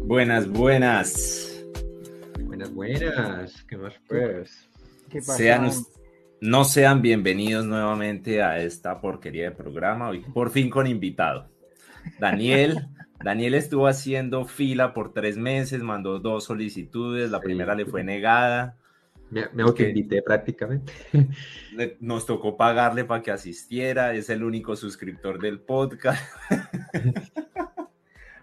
Buenas, buenas. Buenas, buenas. ¿Qué más pues? ¿Qué pasa? Sean, us- no sean bienvenidos nuevamente a esta porquería de programa. Hoy por fin con invitado. Daniel, Daniel estuvo haciendo fila por tres meses, mandó dos solicitudes, la Sí. primera le fue negada. Me, me autoinvité prácticamente. le- nos tocó pagarle para que asistiera, es el único suscriptor del podcast.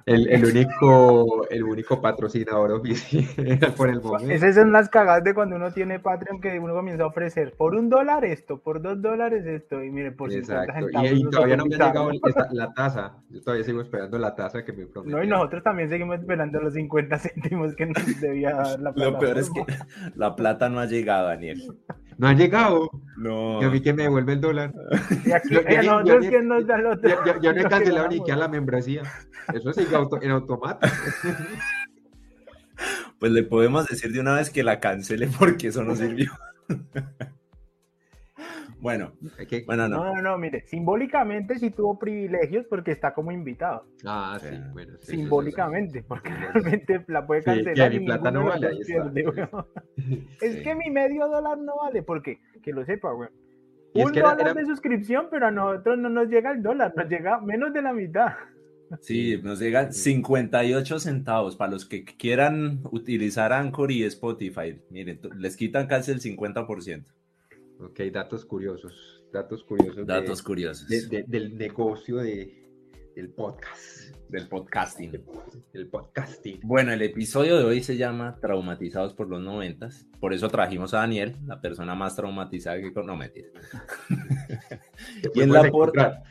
El, el único, el único patrocinador oficial por el momento. Esas son las cagadas de cuando uno tiene Patreon que uno comienza a ofrecer por un dólar esto, por dos dólares esto, y mire, por 50 Exacto. centavos. Y, y nos todavía no me ha invitan. llegado el- esa- la tasa. Yo todavía sigo esperando la tasa que me No, y prometieron. nosotros también seguimos esperando los 50 céntimos que nos debía dar la Lo peor es que plataforma. la plata no ha llegado, Daniel. No ha llegado. No. Y a mí que me devuelve el dólar. Y aquí, yo- yo eh, ni- nosotros yo ni- que nos dan los Ya, ya- ya no he los que cancelado ni ganamos. que la membresía. Eso sigue auto- en automático. Pues le podemos decir de una vez que la cancele porque eso no sirvió. bueno, Hay que- bueno, no. No, no, no, mire, simbólicamente sí tuvo privilegios porque está como invitado, Ah, sí, Sí. bueno. sí, sí, sí, sí. simbólicamente, porque Sí, sí, sí. realmente la puede Sí, que cancelar. y mi plata no ninguno de vale, los ahí dos está. pierde, weón. Es Sí. que mi medio dólar no vale, porque que lo sepa, güey. Y es Un que era- dólar era- de suscripción, pero a nosotros no nos llega el dólar, nos llega menos de la mitad. Sí, nos llegan 58 centavos para los que quieran utilizar Anchor y Spotify. Miren, to- les quitan casi el 50%. Ok, datos curiosos. Datos curiosos. de- Datos curiosos de- de- del negocio de, del podcast. del podcasting. Del podcasting. Bueno, el episodio de hoy se llama Traumatizados por los noventas. Por eso trajimos a Daniel, la persona más traumatizada que con... No, mentira. y, en la por- portada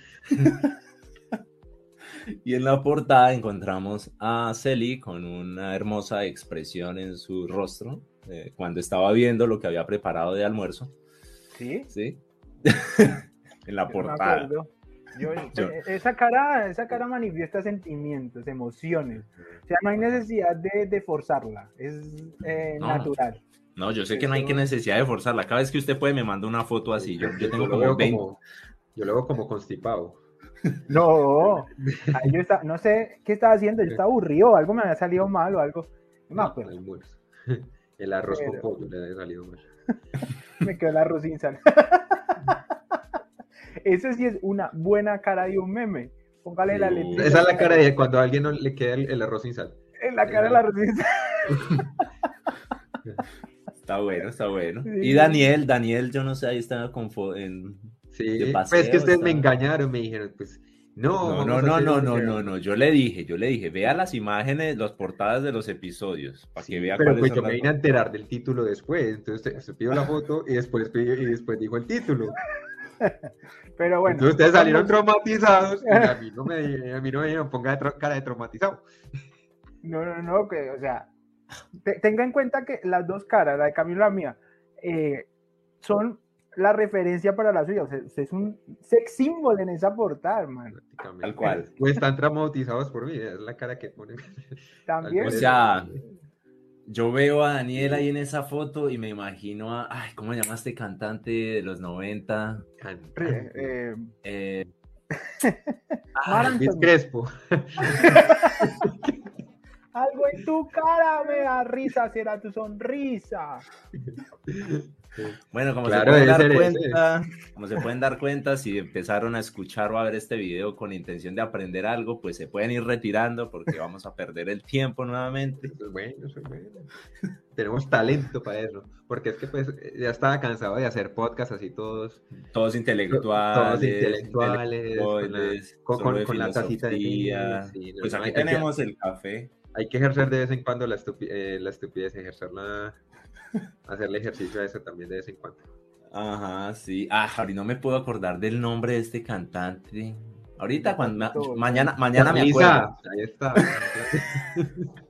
y en la portada encontramos a Celi con una hermosa expresión en su rostro eh, cuando estaba viendo lo que había preparado de almuerzo. Sí, ¿Sí? en la yo me portada. acuerdo. Yo- Yo- e- Esa, cara, esa cara manifiesta sentimientos, emociones. O sea, no hay necesidad de, de forzarla, es eh, No. natural. No, yo sé que no hay que necesidad de forzarla. Cada vez que usted puede me manda una foto así. Yo, yo tengo Yo lo como veo 20. como, yo lo veo como constipado. No, ahí yo estaba- no sé qué estaba haciendo, yo estaba aburrido, algo me había salido mal o algo. pues. No me El, acuerdo, almuerzo. El arroz Pero- con pollo le ha salido mal. me quedó la rosín sal. Esa sí es una buena cara de un meme. Póngale la Uh, letra. Esa es la cara de cuando a alguien no le queda el, el arroz sin sal. En la cara de la resistencia. Está bueno, está bueno. Sí. Y Daniel, Daniel, yo no sé, ahí estaba con fo- en... Sí, De pues es que paseo, ustedes está- me engañaron, me dijeron, pues, No, no. no, vamos a no, hacer no, un no, video. no, no. Yo le dije, yo le dije, vea las imágenes, las portadas de los episodios, para que Sí, vea pero cuáles pues son yo me las- vine a enterar del título después, entonces se, se pidió la foto y después, pidió- y después dijo el título. Pero bueno. entonces ustedes salieron no, traumatizados y a mí no me, di- a mí no me dijeron, ponga de tra- cara de traumatizado. no, no, no, que, o sea, te- tenga en cuenta que las dos caras, la de Camilo y la mía, eh, son la referencia para la suya. O sea, usted es un sex symbol en esa portada, hermano. prácticamente. Tal cual. Pues están traumatizados por mí, es la cara que ponen. También. O sea, yo veo a Daniel ahí en esa foto y me imagino a, ay, ¿cómo se llama este cantante de los 90? eh, Cantante. eh, Eh, Mar Elvis Anthony, Crespo. algo en tu cara me da risa, será tu sonrisa. bueno, como se Claro, pueden ese dar eres, cuenta, como se pueden dar cuenta, si empezaron a escuchar o a ver este video con intención de aprender algo, pues se pueden ir retirando porque vamos a perder el tiempo nuevamente. Eso es bueno, eso es bueno. Tenemos talento para eso, porque es que pues ya estaba cansado de hacer podcasts así todos, Todos intelectuales, todos intelectuales, con la- con, con- solo de con la tacita de filosofía. vino, sí, no, Pues aquí no, hay- hay que- tenemos el café. Hay que ejercer de vez en cuando la, estupi- eh, la estupidez, ejercerla, hacerle ejercicio a eso también de vez en cuando. Ajá, sí. Ah, ahorita no me puedo acordar del nombre de este cantante. Ahorita, cuando ma- Todo, mañana, mañana me Camisa, acuerdo. Ahí está.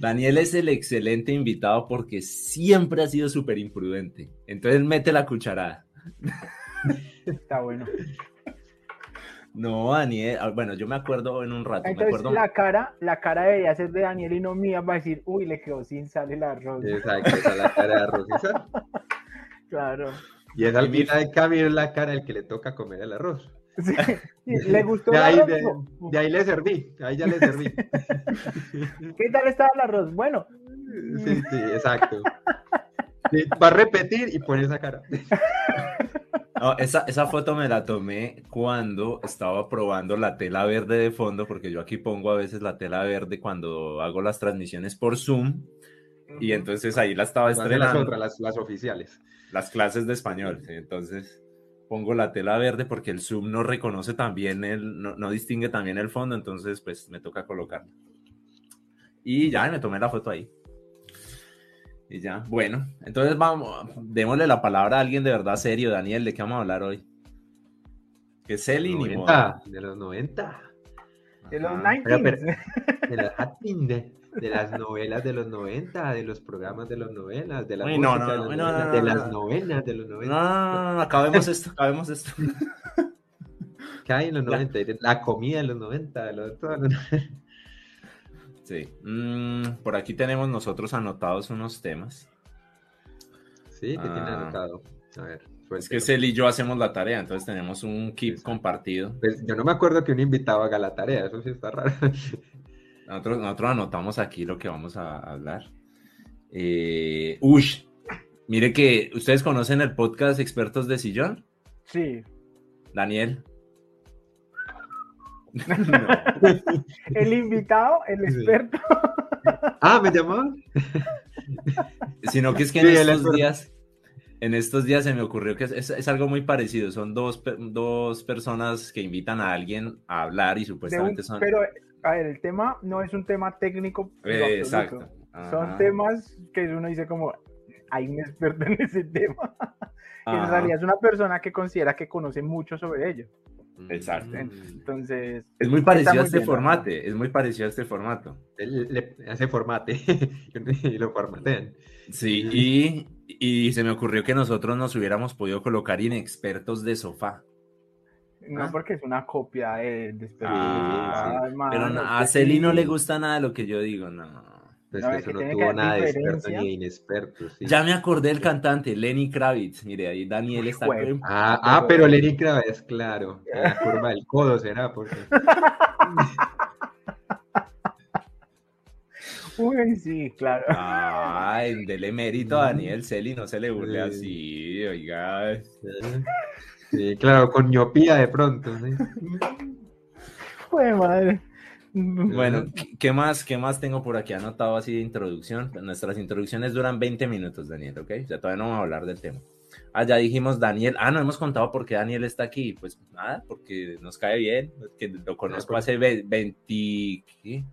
Daniel es el excelente invitado porque siempre ha sido súper imprudente. Entonces mete la cucharada. Está bueno. No, Daniel. ah, Bueno, yo me acuerdo en un rato. me Entonces acuerdo. la cara, la cara debería ser de Daniel y no mía para decir, uy, le quedó sin sal el arroz. Exacto, esa es la cara de arroz y sal. Claro. Y esa al final de Camilo es la cara del que le toca comer el arroz. Sí, sí, le gustó De el ahí, arroz. de, Dijo, de ahí le serví, ahí ya le serví. ¿Qué tal estaba el arroz? Bueno, Sí, sí, exacto. Sí, va a repetir y pone esa cara. No, esa, esa foto me la tomé cuando estaba probando la tela verde de fondo, porque yo aquí pongo a veces la tela verde cuando hago las transmisiones por Zoom, y entonces ahí la estaba Van a hacer las estrenando, otras, las, las oficiales. las clases de español, ¿sí? entonces pongo la tela verde porque el Zoom no reconoce también, el, no, no distingue también el fondo, entonces pues me toca colocarla. Y ya me tomé la foto ahí. Y ya, bueno, entonces vamos, démosle la palabra a alguien de verdad serio, Daniel, ¿de qué vamos a hablar hoy? Que es el ni moda. 90, de los 90. de los Ajá. 90 Oiga, De, las de, de las novelas de los 90, de los programas de los novelas, de, la Uy, no, música de, no, no, los no, 90, no, de no, las no. novelas de los No, 90. no, no, no, acabemos esto, acabemos esto. ¿Qué hay en los La- 90? De La comida de los 90, de los, todo lo- Sí, mm, por aquí tenemos nosotros anotados unos temas. Sí, que tiene Ah. anotado. A ver, pues, Es que suéltelo. Cel y yo hacemos la tarea, entonces tenemos un keep Exacto. compartido. Pues yo no me acuerdo que un invitado haga la tarea, eso sí está raro. Nosotros, nosotros anotamos aquí lo que vamos a hablar. Eh, ush, mire que ustedes conocen el podcast Expertos de Sillón, Sí. Daniel. El invitado, el Sí. experto. Ah, me llamó. Sino que es que en Sí, el estos experto. días, en estos días se me ocurrió que es, es- es algo muy parecido. Son dos, per- dos personas que invitan a alguien a hablar y de un- supuestamente pues, son. pero, a ver, el tema no es un tema técnico. en lo Eh, absoluto. exacto. Son Ajá, temas que uno dice como, hay un experto en ese tema. Y en ajá. realidad es una persona que considera que conoce mucho sobre ello. Exacto. Mm. Entonces, Es muy parecido muy a este bien, ¿no? formato. Es muy parecido a este formato. Él le hace formate y lo formatean. Sí, y, y se me ocurrió que nosotros nos hubiéramos podido colocar inexpertos de sofá. no Ah. porque es una copia de, de experto. Ah, Ay, mano, Pero no, a usted Celi no sí. le gusta nada de lo que yo digo, no. Entonces, No, Pues que es eso que no tiene que tuvo haber nada de experto diferencia. ni de inexperto. sí. Ya me acordé del cantante, Lenny Kravitz. Mire, ahí Daniel está. Uy, con- Ah, ah, pero Lenny Kravitz, claro. en La curva del codo será, porque. Uy, sí, claro. Ah. Ay, dele mérito a Daniel Celi, no se le burle Sí. así, oiga. Sí, claro, con miopía de pronto. ¿sí? Jue madre. Bueno, ¿qué más, ¿qué más tengo por aquí anotado así de introducción? Nuestras introducciones duran 20 minutos, Daniel, ¿ok? Ya todavía no vamos a hablar del tema. Ah, ya dijimos Daniel. Ah, no hemos contado por qué Daniel está aquí. Pues nada, porque nos cae bien, pues, que lo conozco porque- hace ve- 20, ¿qué?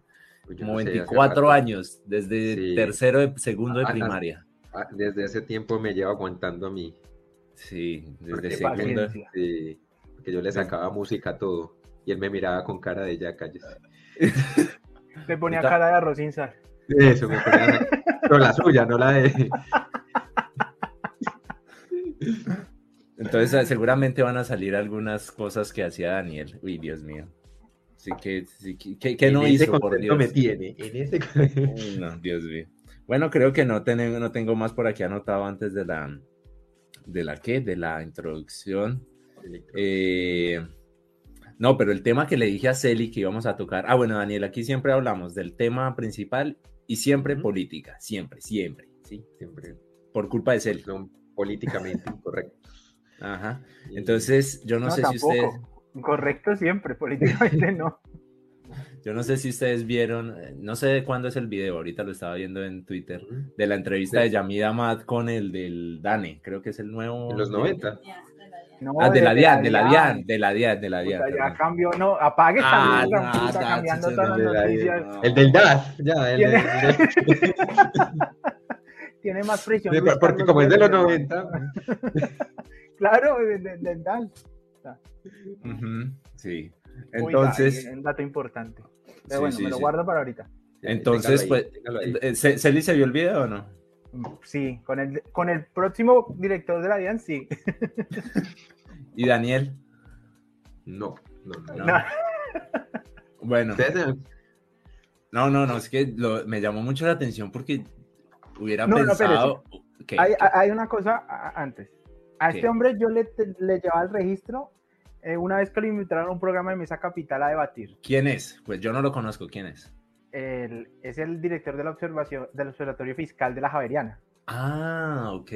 Pues yo como no sé, hace 24 rato- años, desde Sí. tercero, de, segundo de Ah, ah, primaria. ah, Desde ese tiempo me llevo aguantando a mí. Sí, Porque desde segundo. paciencia. sí, porque yo le sacaba música a todo. Y él me miraba con cara de ya calles. Le ponía Está- cara de arroz sin sal. Eso, me ponía esa- Pero la suya, no la de. Entonces eh, seguramente van a salir algunas cosas que hacía Daniel. Uy, Dios mío. Sí, que, sí, que, que- que en no ese hizo, por contexto Dios. me tiene. En ese con- Uy, no, Dios mío. Bueno, creo que no, tengo, no tengo más por aquí anotado antes de la de la qué, de la introducción. Eh, no, pero el tema que le dije a Celi que íbamos a tocar. Ah, bueno, Daniel, aquí siempre hablamos del tema principal y siempre Ujú. política, siempre, siempre, sí, Siempre por culpa de Celi. son políticamente incorrectos. Ajá. Y- Entonces, yo no, sé si ustedes, Correcto siempre, políticamente no. yo no sé si ustedes vieron, eh, no sé de cuándo es el video, ahorita lo estaba viendo en Twitter, En de la entrevista de Yamida Mad con el del Dane, creo que es el nuevo. los 90. No, Ah, de la desde DIAN, de la DIAN, de la DIAN, de la Puta, DIAN. ya perdón. cambió, no, apague Ah, también, no, puta, ya, cambiando chicho, todas no las le da noticias. idea. El del DAS, ya. el- Tiene- el- el- Tiene más presión. Sí, Luis porque Carlos como es de los Vélez. 90, Claro, de- de- del DAL. Ujú, Sí. Oiga, Entonces, eh, un dato importante. Pero Sí, bueno, sí, me lo sí. guardo para ahorita. Entonces, téngalo pues, téngalo ahí. eh, Ce- ¿Celi se vio el video o no? Sí, con el, con el próximo director de la DIAN, sí. ¿Y Daniel? No, no, no. No. No. Bueno, Ustedes, eh, no, no, no, es que lo- me llamó mucho la atención porque hubiera No, no, pensado. que Hay, hay una cosa a- antes. A ¿Qué? este hombre yo le, le llevaba el registro eh, una vez que lo invitaron a un programa de Mesa Capital a debatir. ¿Quién es? Pues yo no lo conozco, ¿quién es? Él es el director de la observación, del Observatorio Fiscal de la Javeriana. Ah, ok.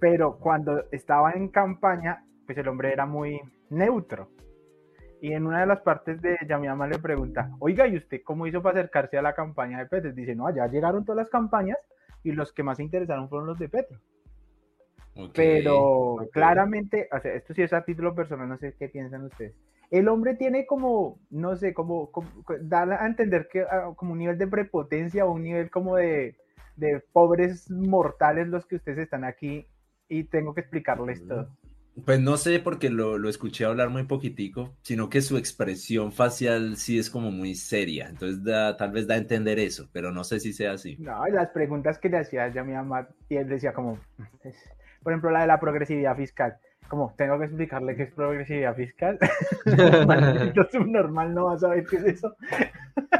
Pero cuando estaba en campaña, pues el hombre era muy neutro. Y en una de las partes de Yamiama le pregunta, oiga, ¿y usted cómo hizo para acercarse a la campaña de Petro? Dice, no, ya llegaron todas las campañas y los que más se interesaron fueron los de Petro. Ok. Pero claramente, o sea, esto sí es a título personal, no sé qué piensan ustedes. El hombre tiene como, no sé, como, como da a entender que ah, como un nivel de prepotencia o un nivel como de, de pobres mortales los que ustedes están aquí y tengo que explicarles Mm. todo. Pues no sé, porque lo, lo escuché hablar muy poquitico, sino que su expresión facial sí es como muy seria. Entonces da, tal vez da a entender eso, pero no sé si sea así. No, y las preguntas que le hacía ya mi mamá, y él decía como, es- por ejemplo, la de la progresividad fiscal. Como, tengo que explicarle qué es progresividad fiscal. Maldito subnormal no va a saber qué es eso.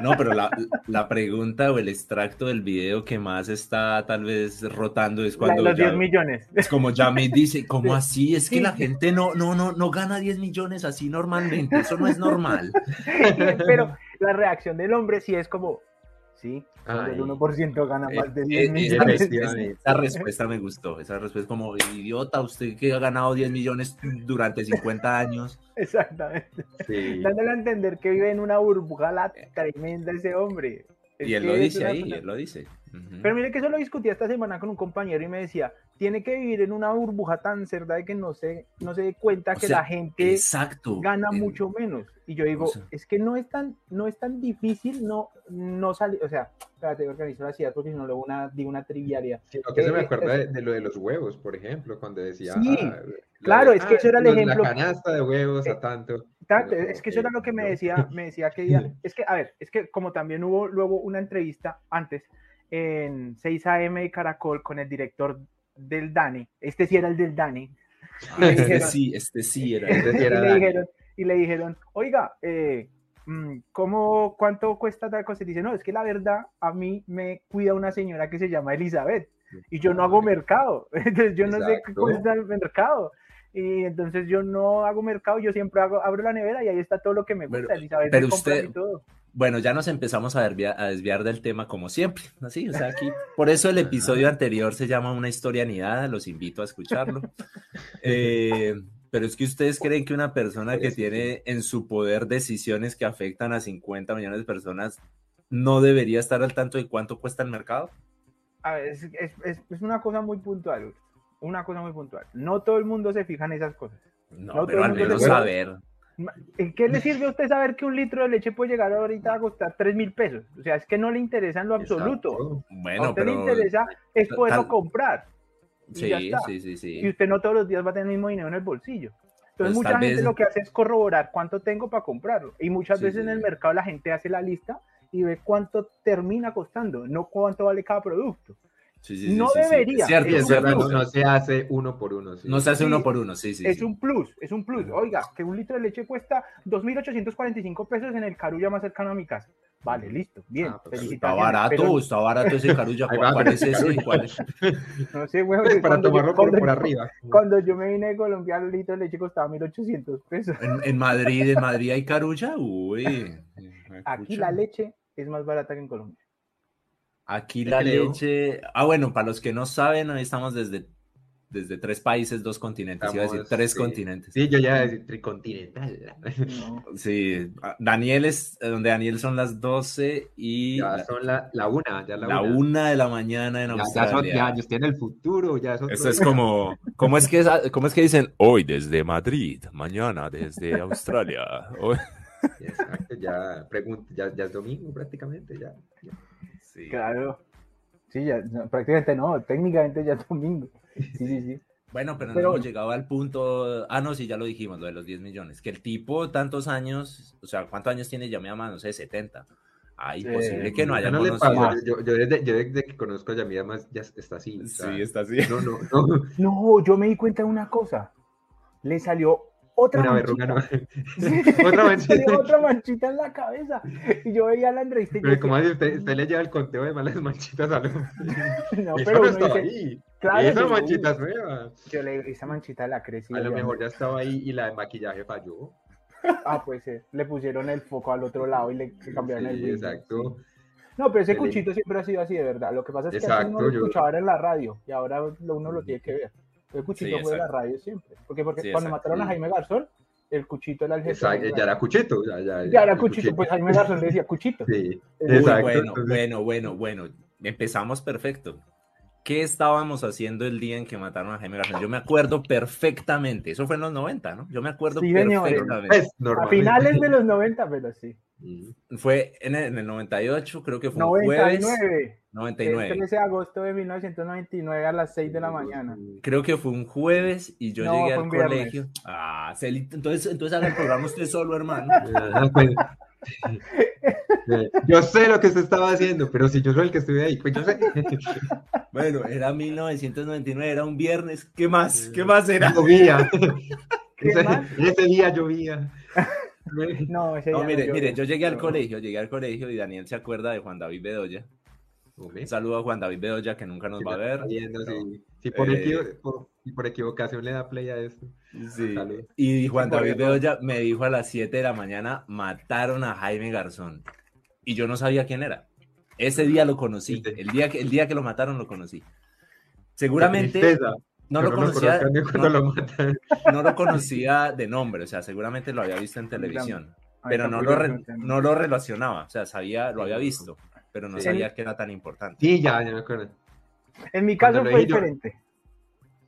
No, pero la, la pregunta o el extracto del video que más está tal vez rotando es La de cuando los ya- 10 millones. es como ya me dice, ¿cómo así? Es que Sí. la gente no, no, no, no gana 10 millones así normalmente, eso no es normal. Pero la reacción del hombre sí es como, sí, solo Ay. el 1% gana más de Eh, 10 eh, millones. esa- esa- Efectivamente. Esa respuesta me gustó, esa respuesta es como, idiota, usted que ha ganado 10 millones durante 50 años. Exactamente. Sí. Dándole a entender que vive en una burbuja la- tremenda ese hombre. Es Y él que lo es dice una ahí, cosa- él lo dice. Ujú. Pero mire que eso lo discutí esta semana con un compañero y me decía, tiene que vivir en una burbuja tan cerda de que no se, no se dé cuenta O que sea, la gente Exacto. gana en- mucho menos. Y yo digo, sea- es que no es tan, no es tan difícil no, no salir, o sea, espérate, organizo la ciudad porque si no luego una, digo una trivialidad. Sino que eso me Eh, acuerda es- de, de lo de los huevos, por ejemplo, cuando decía. Sí, ah, la- claro, es que ah, eso era el los- ejemplo. Eh, La canasta de huevos a tanto. Exacto, Pero eh, es que eso era lo que me no. decía, me decía que día. Es que, a ver, es que como también hubo luego una entrevista antes en 6 AM de Caracol con el director del Dani, este sí era el del Dani, Ah, este dijeron- sí, este sí era. Es decir, y, era le Dani. dijeron, y le dijeron, oiga, eh, mm, ¿cómo, ¿cuánto cuesta tal cosa? Y dice, no, es que la verdad, a mí me cuida una señora que se llama Elizabeth y yo no hago mercado, entonces yo no sé qué Exacto. cuesta el mercado. Y entonces yo no hago mercado, yo siempre hago, abro la nevera y ahí está todo lo que me gusta. Pero- Elizabeth me pero compra a mí usted- todo. Bueno, ya nos empezamos a, dervia- a desviar del tema como siempre, así, o sea, aquí. Por eso el episodio anterior se llama Una historia anidada, los invito a escucharlo. Eh, pero es que ustedes creen que una persona que tiene en su poder decisiones que afectan a 50 millones de personas no debería estar al tanto de cuánto cuesta el mercado. A ver, Ah, es, es- es- es una cosa muy puntual, una cosa muy puntual. No todo el mundo se fija en esas cosas. No, No, pero todo al el mundo menos debería- saber. Ma- ¿En qué le sirve a usted saber que un litro de leche puede llegar ahorita a costar 3 mil pesos? O sea, es que no le interesa en lo absoluto. Exacto. a Bueno, usted pero le interesa es tal- poderlo comprar. y ya sí, está. sí, sí, sí. Y usted no todos los días va a tener el mismo dinero en el bolsillo. Entonces, Pues, mucha tal gente vez- lo que hace es corroborar cuánto tengo para comprarlo. Y muchas Sí, sí, veces en el sí. mercado la gente hace la lista y ve cuánto termina costando, no cuánto vale cada producto. Sí, sí, sí, No sí, sí. debería. Es cierto, Sí, es es cierto. verdad, no, No, no se hace uno por uno. sí. se hace Sí. uno por uno, sí, sí. es sí. un plus, es un plus. Ujú. Oiga, que un litro de leche cuesta 2.845 pesos en el Carulla más cercano a mi casa. Vale, Ujú. listo, bien. Ah, pues, está Está felicitaciones, barato, pero está barato ese carulla. Ahí va, ¿Cuál pero es ese? Carulla. ¿Cuál es? no sé, weón, Pues para cuando yo- tomarlo por, cuando- por arriba. Cuando yo me vine de Colombia, el litro de leche costaba 1.800 pesos. ¿En, en Madrid, en Madrid hay carulla, uy. Aquí escucha. la leche es más barata que en Colombia. Aquí la Creo. leche. Ah, bueno, para los que no saben, hoy estamos desde, desde tres países, dos continentes. Iba a decir Estamos, tres sí. continentes. Sí, yo ya iba a decir tricontinental. No. Sí, ah, Daniel es, eh, donde Daniel son las 12 y Ya la, son la, la una, ya la, la una. una de la mañana en Ya, ya, son, Australia. ya, yo estoy en el futuro, ya es otro Eso es día. como, ¿cómo es que, esa- cómo es que dicen hoy desde Madrid, mañana desde Australia? Hoy- Exacto, ya, pregunta, ya, ya es domingo prácticamente, ya. ya. Sí. Claro. Sí, ya, no, prácticamente no, técnicamente ya es domingo. Sí, sí, sí. Bueno, pero, Pero- no hemos llegado al punto. Ah, no, sí, ya lo dijimos, lo de los 10 millones. Que el tipo, tantos años, o sea, ¿cuántos años tiene ya mi mamá? No sé, 70. Ah, imposible Sí, que no Ya haya no le conocido. pasa, Yo, yo desde, yo desde que conozco a Yamida más, ya está así. o sea, Sí, está así. No, no, no. No, yo me di cuenta de una cosa. Le salió Otra Una manchita. verruga no. Sí, Otra manchita. tenía otra manchita en la cabeza. Y yo veía la entrevista y yo Pero como decía, así, usted, usted le lleva el conteo de malas manchitas al hombre. Eso no, pero no uno estaba dice, ahí. claro, Esa yo- manchita es nueva. Yo le esa manchita la crecí. A lo ya. mejor ya estaba ahí y la de maquillaje falló. Ah, pues eh, le pusieron el foco al otro lado y le cambiaron el Sí, brillo. exacto. No, pero ese Excelente. cuchito siempre ha sido así, de verdad. Lo que pasa es que antes Exacto, uno lo yo- Mm. escuchaba ahora en la radio y ahora lo- uno lo tiene que ver. El cuchito Sí, fue de la exacto. radio siempre. Porque, porque Sí, cuando exacto, mataron a sí. Jaime Garzón, el cuchito era el jefe. Exacto, de Ya la- era cuchito. Ya, ya, Ya era el cuchito, pues Eh, Jaime Garzón le decía cuchito. Sí, Uy, Uy, exacto. bueno, entonces- bueno, bueno, bueno. Empezamos perfecto. ¿Qué estábamos haciendo el día en que mataron a Jaime Garzón? Yo me acuerdo perfectamente. Eso fue en los 90, ¿no? Yo me acuerdo Sí, señores. perfectamente. Pues, A normalmente. finales de los 90, pero sí. Mm. Fue en el, en el 98, creo que fue un jueves. 99. El 99. 13 de agosto de 1999 a las 6 de la mañana. Creo que fue un jueves y yo No, llegué fue al un viernes. colegio. Ah, Celito, entonces, entonces haga el programa usted solo, hermano. Ah, pues, eh, Yo sé lo que usted estaba haciendo, pero si yo soy el que estuve ahí, pues yo sé. Bueno, era 1999, era un viernes. ¿Qué más? ¿Qué más era? Llovía. ¿Qué Ese, más? ese día llovía. No, ese No, día mire, yo- mire, yo llegué al no. colegio, llegué al colegio y Daniel se acuerda de Juan David Bedoya. Hombre, Un saludo a Juan David Bedoya que nunca nos si va a me ver. está viendo, si, si por, Eh. equivo- por- si por equivocación le da play a esto. Sí. Salud. Y Juan Sí, David porque no. Bedoya me dijo a las 7 de la mañana, mataron a Jaime Garzón. Y yo no sabía quién era. Ese día lo conocí. Sí, sí. El día que, el día que lo mataron lo conocí. Seguramente Tristeza, no que lo conocía, conozcan ni no, cuando lo matan. no lo conocía de nombre, o sea, seguramente lo había visto en televisión, Ay, pero no tampoco lo, yo re- entiendo. no lo relacionaba, o sea, sabía, lo Sí, había no. visto, pero no Sí. sabía que era tan importante. Sí, ya, ya me acuerdo. En mi Cuando caso lo fue vi yo- diferente.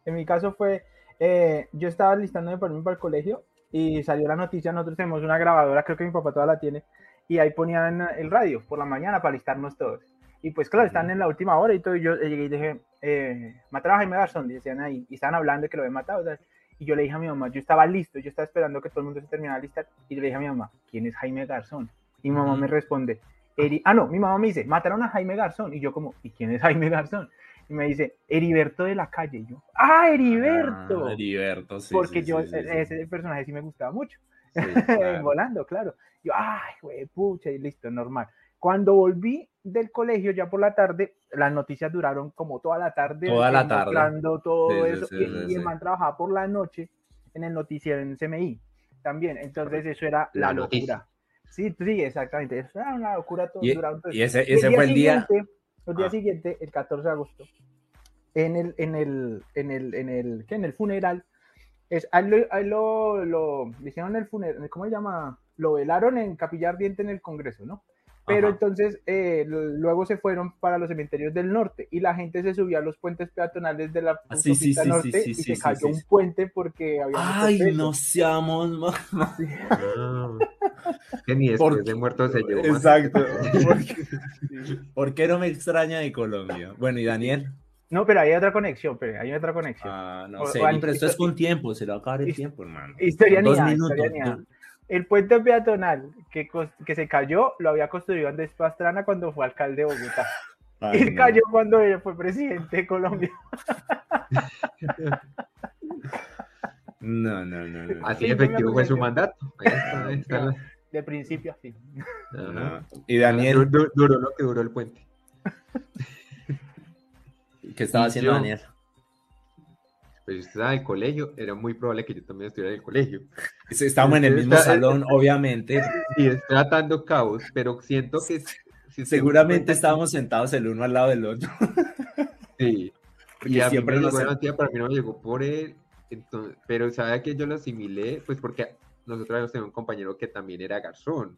En mi caso fue, eh, yo estaba listándome para irme para el colegio y salió la noticia, nosotros tenemos una grabadora, creo que mi papá todavía la tiene, y ahí ponían el radio por la mañana para listarnos todos. Y pues claro, están en la última hora y todo, y yo llegué y dije, eh, mataron a Jaime Garzón, decían ahí, y estaban hablando de que lo habían matado. tal. Y yo le dije a mi mamá, yo estaba listo, yo estaba esperando que todo el mundo se terminara de listar, y le dije a mi mamá, ¿quién es Jaime Garzón? Y mi mamá me responde, "Eri- ah no, mi mamá me dice, mataron a Jaime Garzón, y yo como, ¿y quién es Jaime Garzón? y me dice Heriberto de la calle. Y yo, ¡ah, Heriberto! Ah, Heriberto, sí, Porque sí, yo, e-, sí, sí, sí. ese personaje sí me gustaba mucho. Sí, Claro. Volando, claro. Yo, ¡ay, güey, pucha! Y listo, normal. Cuando volví del colegio ya por la tarde, las noticias duraron como toda la tarde. Toda la eh, tarde. mostrando todo Sí, sí, eso. sí, y, sí, y sí. el man trabajaba por la noche en el noticiero en CMI también. Entonces eso era la, La noticia. locura. Sí, sí, exactamente. Eso era una locura. Todo, Y- e duraba un- Y ese, y ese fue el día, siguiente- El día Ah. siguiente, el 14 de agosto, en el, en el, en el, en el, ¿qué? En el funeral, es, a él lo, a él lo, lo- le hicieron el funeral, ¿cómo se llama? Lo velaron en Capillar Diente en el Congreso, ¿no? Pero Ajá. entonces eh, l- luego se fueron para los cementerios del norte y la gente se subía a los puentes peatonales de la Ah, sí, sí, autopista sí, sí, norte sí, y sí, se sí, cayó sí, un sí. puente porque había mucho Ay, peso. no seamos más. Ah. Que ni ¿Por después de muerto se llevó más. Exacto. ¿Por qué, por qué no me extraña de Colombia? Bueno, y Daniel. No, pero hay otra conexión, pero hay otra conexión. Ah, no O- sé, o al- pero esto es con tiempo, se le va a acabar el Hist- tiempo, hermano. Historia Son dos niña, minutos, historia niña. ¿no? El puente peatonal que, cos- que se cayó lo había construido Andrés Pastrana cuando fue alcalde de Bogotá. Ay, y no. cayó cuando él fue presidente de Colombia. No, no, no, no. Así de Sí, efectivo no me fue su acuerdo. mandato. Ahí está, ahí está la- De principio a fin. Ajá. No. Y Ah, Daniel, Du- du- duró lo que duró el puente. ¿qué estaba y haciendo yo. Daniel? Pero si usted pues, estaba en el colegio, era muy probable que yo también estuviera en el colegio. Sí, Estamos en el mismo Este Está- eh, salón, obviamente. Y está atando cabos, pero siento que si usted Seguramente cuenta- estábamos sentados el uno al lado del otro. Sí. porque Y a siempre siempre mí me nos llegó la sen- noticia, para mí no me llegó por él. entonces- pero sabe que yo lo asimilé, pues porque nosotros habíamos tenido un compañero que también era garzón.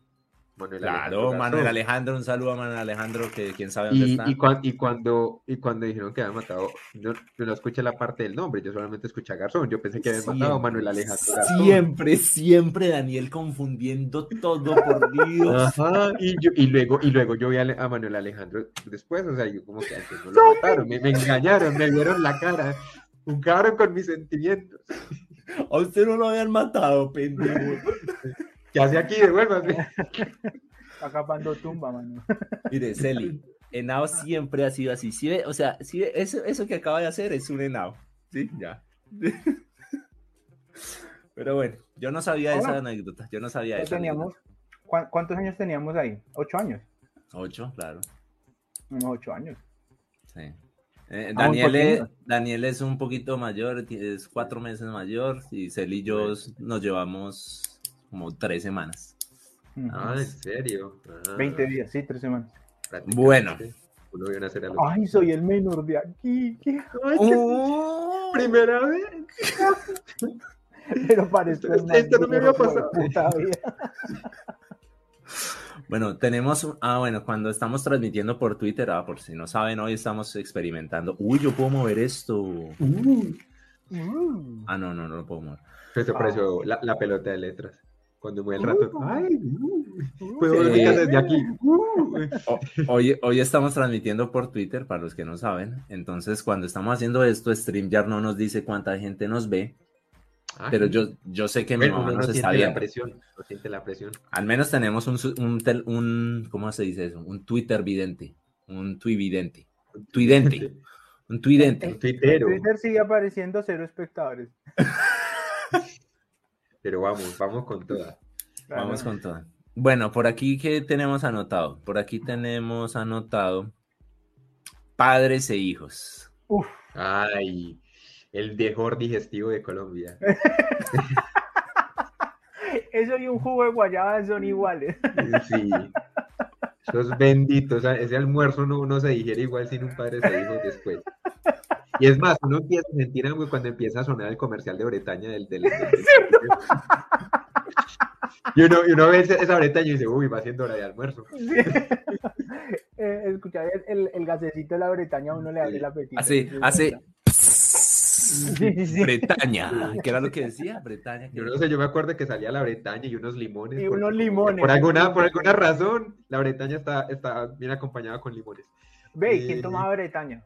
Manuel Alejandro Claro, Garzón. Manuel Alejandro, un saludo a Manuel Alejandro, que quién sabe dónde Y, está. y, cuan- y cuando, y cuando dijeron que habían matado, yo, yo no escuché la parte del nombre, yo solamente escuché a Garzón, yo pensé que habían matado a Manuel Alejandro Garzón. Siempre, siempre Daniel confundiendo todo, por Dios. Ajá, y, yo- y luego, y luego yo vi a, Ale- a Manuel Alejandro después, o sea, yo como que antes no lo mataron, me, me engañaron, me vieron la cara, jugaron con mis sentimientos. A usted no lo habían matado, pendejo. ¿Qué hace aquí? Devuélvame. Acabando tumba, mano. Mire, Celi, Henao siempre ha sido así. ¿Sí ve? O sea, ¿sí ve? Eso, eso que acaba de hacer es un Henao. Sí, ya. Pero bueno, yo no sabía esa Hola. anécdota. Yo no sabía Ya esa teníamos, anécdota. ¿cuán- ¿Cuántos años teníamos ahí? ¿Ocho años? Ocho, claro. Unos ocho años. Sí. Eh, Ah, muy Daniel, es, pequeño. Daniel es un poquito mayor, ti- es cuatro meses mayor y Cel y yo Pues. nos llevamos como tres semanas. Ujú. Ah, en serio. Ah, 20 Mm. días, sí, tres semanas. prácticamente. Bueno. Uno viene a hacer a los- Uh. Ay, soy el menor de aquí. ¿qué? Ay, qué- ¡Oh! Primera vez. Pero parezco Esto- el más esto no me había gordo de pasado. puta vida. Bueno, tenemos, un- ah, bueno, cuando estamos transmitiendo por Twitter, ah, por si no saben, hoy estamos experimentando. Uy, yo puedo mover esto. Uh. Mm. Ah, no, no, no lo puedo mover. Eso Ah. pareció la, la pelota de letras. Cuando mueve el ratón. Uh. Ay, uh, puedo Sí. ver mi casa desde aquí. Uh. O- Hoy, hoy estamos transmitiendo por Twitter, para los que no saben. Entonces, cuando estamos haciendo esto, StreamYard no nos dice cuánta gente nos ve, Ay, pero yo, yo sé que mi Ah, bueno, mamá uno no nos está siente la viendo. presión. No siente la presión. Al menos tenemos un, su- un, tel- un- ¿cómo se dice eso? Un Twitter vidente, un tuividente, tuidente, un tuidente. Un tuitero. Twitter sigue apareciendo cero espectadores. Pero vamos, vamos con toda. Vamos con todo. Bueno, por aquí, ¿qué tenemos anotado? Por aquí tenemos anotado padres e hijos. Ay, el mejor digestivo de Colombia. Eso y un jugo de guayaba son iguales. Eh, Sí. Esos benditos, o sea, ese almuerzo no, no se digiere igual sin un padre se dijo después. Y es más, uno empieza a sentir hambre cuando empieza a sonar el comercial de Bretaña del teléfono. Y uno, y uno ve ese- esa Bretaña y dice, uy, va siendo hora de almuerzo. Sí. Eh, escuchar el, el, el gasecito de la Bretaña a uno le abre el apetito. Hace, Sí, hace. sí, sí. Bretaña, que era lo que decía, Bretaña. que- Yo no sé, yo me acuerdo que salía la Bretaña y unos limones. Y porque- unos limones. Por alguna, por alguna razón, la Bretaña está, está bien acompañada con limones. Ve, ¿y ¿quién Eh, tomaba Bretaña?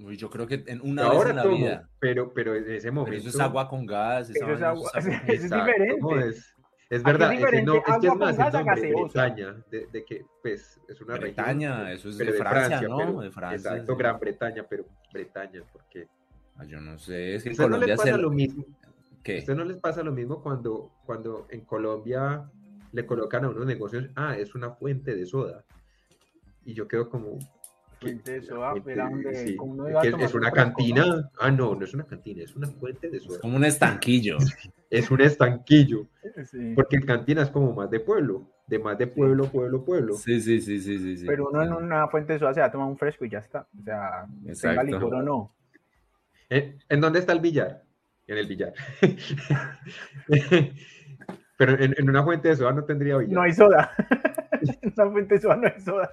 Uy, yo creo que en una vez Ahora en la tomo, vida. pero, pero en ese momento. Pero eso es agua con gas. esa Eso es vaina, agua. eso es agua- Eso es Exacto, ¿cómo Es, diferente. es es verdad, ese diferente no- es que agua es con más el gas a nombre, gaseosa. Bretaña, de, de que, pues, es una región, Bretaña, eso es de pero Francia, ¿no? pero- De Francia, Exacto, sí. Gran Bretaña, pero Bretaña, porque Ah, Yo no sé, es que en eso no les Colombia pasa se. lo mismo. ¿Qué? ¿Usted no les pasa lo mismo cuando, cuando en Colombia le colocan a unos negocios, ah, es una fuente de soda? Y yo quedo como... ¿qué? Fuente de La soda, fuente pero Pues, de- ah, hombre, sí, como uno es iba a que tomar es una otra cosa. cantina. Ah, no, no es una cantina, es una fuente de Es soda. como un estanquillo. Es un estanquillo, Sí. porque en cantina es como más de pueblo, de más de pueblo, pueblo, pueblo. Sí, sí, sí, sí, sí. sí. Pero uno en una fuente de soda se va a tomar un fresco y ya está. O sea, Eh, Exacto. tenga licor o no. ¿Eh? ¿En dónde está el billar? En el billar. Pero en, en una fuente de soda no tendría billar. No hay soda. Esa fuente de soda no hay soda.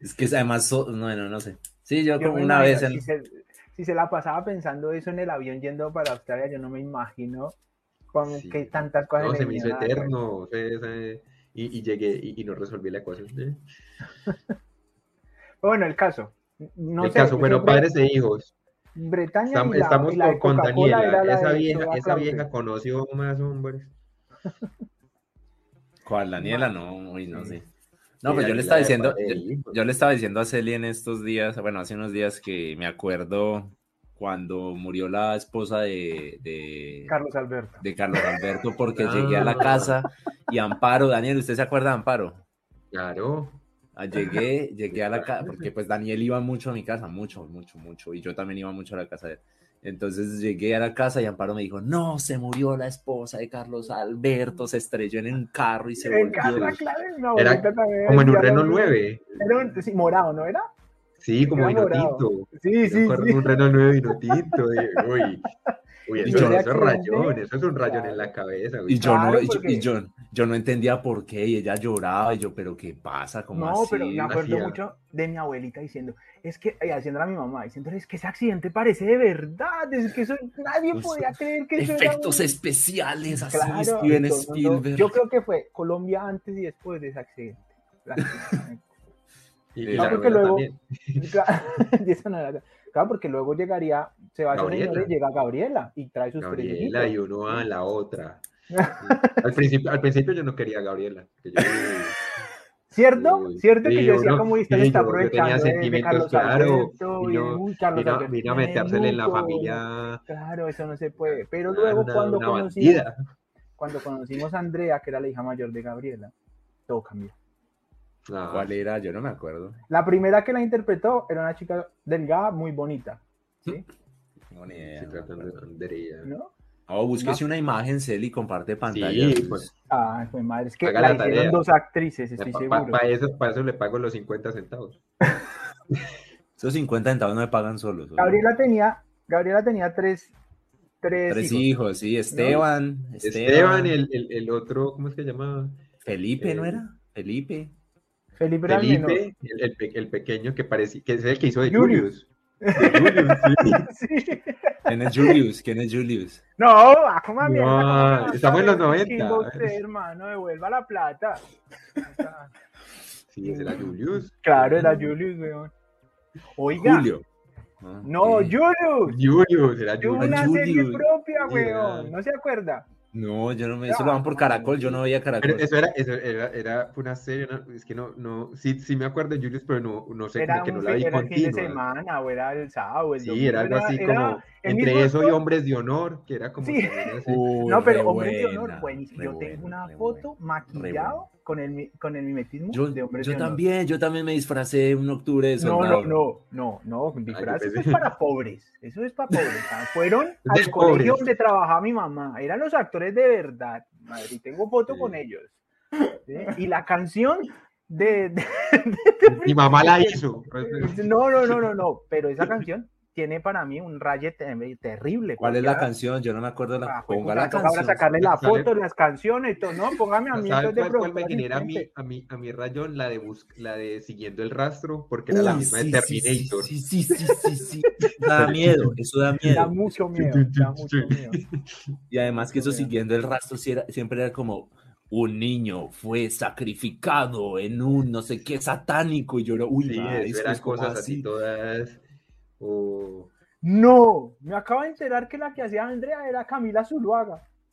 Es que es además, so- no, no, no sé. Sí, yo Yo como me una imagino, vez en. si, se, si se la pasaba pensando eso en el avión yendo para Australia, yo no me imagino con Sí. que tantas No, cosas le se me hizo vinieron a la cabeza. eterno. se- se- y, y llegué y, y no resolví la ecuación. ¿eh? Pero bueno, el caso. No el sé, caso, yo bueno, siempre- padres e hijos. Bretaña y Estam- la- estamos y la de con- con Coca-Cola Daniela. era la Esa de vieja, soda esa vieja Clausen. conoció más hombres. ¿Cuál? Daniela, no, uy, no Sí. sé. No, Sí, pues yo Daniela le estaba de diciendo, padre e yo, hijo. yo le estaba diciendo a Celia en estos días, bueno, hace unos días que me acuerdo cuando murió la esposa de, de, Carlos Alberto. de Carlos Alberto, porque Ah. llegué a la casa y Amparo, Daniel, ¿usted se acuerda de Amparo? Claro. Ah, Llegué, llegué a la casa, porque pues Daniel iba mucho a mi casa, mucho, mucho, mucho, y yo también iba mucho a la casa de él. Entonces llegué a la casa y Amparo me dijo, no, se murió la esposa de Carlos Alberto, se estrelló en un carro y se En volvió. Carla Clausen, mi Era abuelita también Como en un decía lo Renault mismo. 9. Era un- sí, morado, ¿no era? Sí, como Era vino morado. tinto. Sí, Yo me sí, acuerdo sí. de un Renault 9 vino tinto. eh, Uy, uy Y eso, yo- eso es rayón. Eso es un rayón en la Claro. cabeza. güey. Y yo, no, Claro, y yo- porque- y yo- yo no entendía por qué, y ella lloraba, y yo, pero ¿qué pasa? ¿Cómo No, así? pero me acuerdo hacía? mucho de mi abuelita diciendo, es que, y haciéndole a mi mamá, diciéndole, es que ese accidente parece de verdad, es que eso, nadie Pues, podía creer que eso era Efectos un- especiales, así Claro, Steven todo el mundo- Spielberg. Yo creo que fue Colombia antes y después de ese accidente. prácticamente. Y, No, y la porque abuela luego- también. claro, de esa manera. Claro, porque luego llegaría, se va a Gabriela. llega Gabriela y trae sus tres Gabriela y hijitos. uno a la otra. Sí. Al principio, al principio yo no quería a Gabriela. que yo- ¿Cierto? ¿Cierto que sí, yo decía uno- como está sí, yo- yo aprovechando tenía de- de sentimientos, Carlos claro, Alberto, vino- bien, uy, Carlos Vino, Alberto vino a tiene meterse en la mucho, familia. Claro, eso no se puede. Pero ah, luego una- cuando una conocimos, bandida. cuando conocimos a Andrea, que era la hija mayor de Gabriela, todo cambió. Ah, ¿Cuál era? Yo no me acuerdo. La primera que la interpretó era una chica delgada, muy bonita, No, ni idea. se trata de tontería. ¿no? Oh, búsquese una imagen, Celi, comparte pantalla. Sí, pues. Ah, fue madre, es que Haga la, la hicieron tarea. dos actrices, estoy Para seguro. eso, pa' eso le pago los 50 centavos. Esos 50 centavos no me pagan solos. oye. Gabriela tenía, Gabriela tenía tres, tres, Tres hijos. hijos, sí. Esteban, Esteban, el, el, el otro, ¿cómo es que se llamaba? Felipe, ¿no eh, era? Felipe. Felipe era el menor. Felipe, el, el pe- el pequeño que parecía, que es el que hizo de Julius. Julius. De Julius, sí. Sí. ¿Quién es Julius? ¿Quién es Julius? No, ah, ¿cómo a No, mierda, ¿cómo me vas a estamos en los ver? 90. Chingo usted, hermano, devuelva la plata. Sí, ese era Julius. Claro, era Julius, weón. Oiga, Julio. Ah, no, ok. Julius. Julius, era Tuvo Julius. una serie Julius. propia, Sí, weón. era. ¿No se acuerda? No, yo no me. Eso lo dan por caracol, yo no veía caracol. Pero eso era, eso era, era fue una serie, ¿no? es que no, no, sí, sí me acuerdo de Julius, pero no, no sé, Era como que no un la fin- vi era el fin de continua. semana, o era el sábado, el Sí, domingo, era algo así pues, era- como el entre mismo eso y actor. hombres de honor, que era como Sí. también así. Uy, No, pero re hombre de honor, buena, buenísimo. re Yo tengo buena, una re foto buena. maquillado con el, mi- con el mimetismo Yo, de hombre yo de honor. también, yo también me disfracé un octubre de No, soldado. no, no, no, no, disfraz, pensé- eso es para pobres, eso es para pobres. ah, Fueron de al colegio pobres. donde trabajaba mi mamá, eran los actores de verdad, madre, y tengo foto Sí. con ellos. ¿sí? Y la canción de, de- Mi mamá la hizo. Pues, No, no, no, no, no, pero esa canción tiene para mí un raye te- terrible. ¿Cuál porque es la era- canción? Yo no me acuerdo. La, ah, fue ponga puta, la toca Ahora canción. sacarle la Sale- foto, las canciones, y todo, no, póngame a mí ¿Sabes entonces de cuál, cuál me productor genera a mí, asistente. a mí, a mí rayón? La de, bus- la de siguiendo el rastro, porque era la Uy, misma sí, de sí, Terminator. Sí, sí, sí, sí, sí, sí. Da miedo, eso da Da miedo. mucho miedo, da mucho miedo. Y además que eso Mucho miedo. siguiendo el rastro sí era- siempre era como un niño fue sacrificado en un no sé qué satánico y yo era, uy, Sí, madre, eso esto eran es como cosas así todas. o- No, me acabo de enterar que la que hacía Andrea era Camila Zuluaga.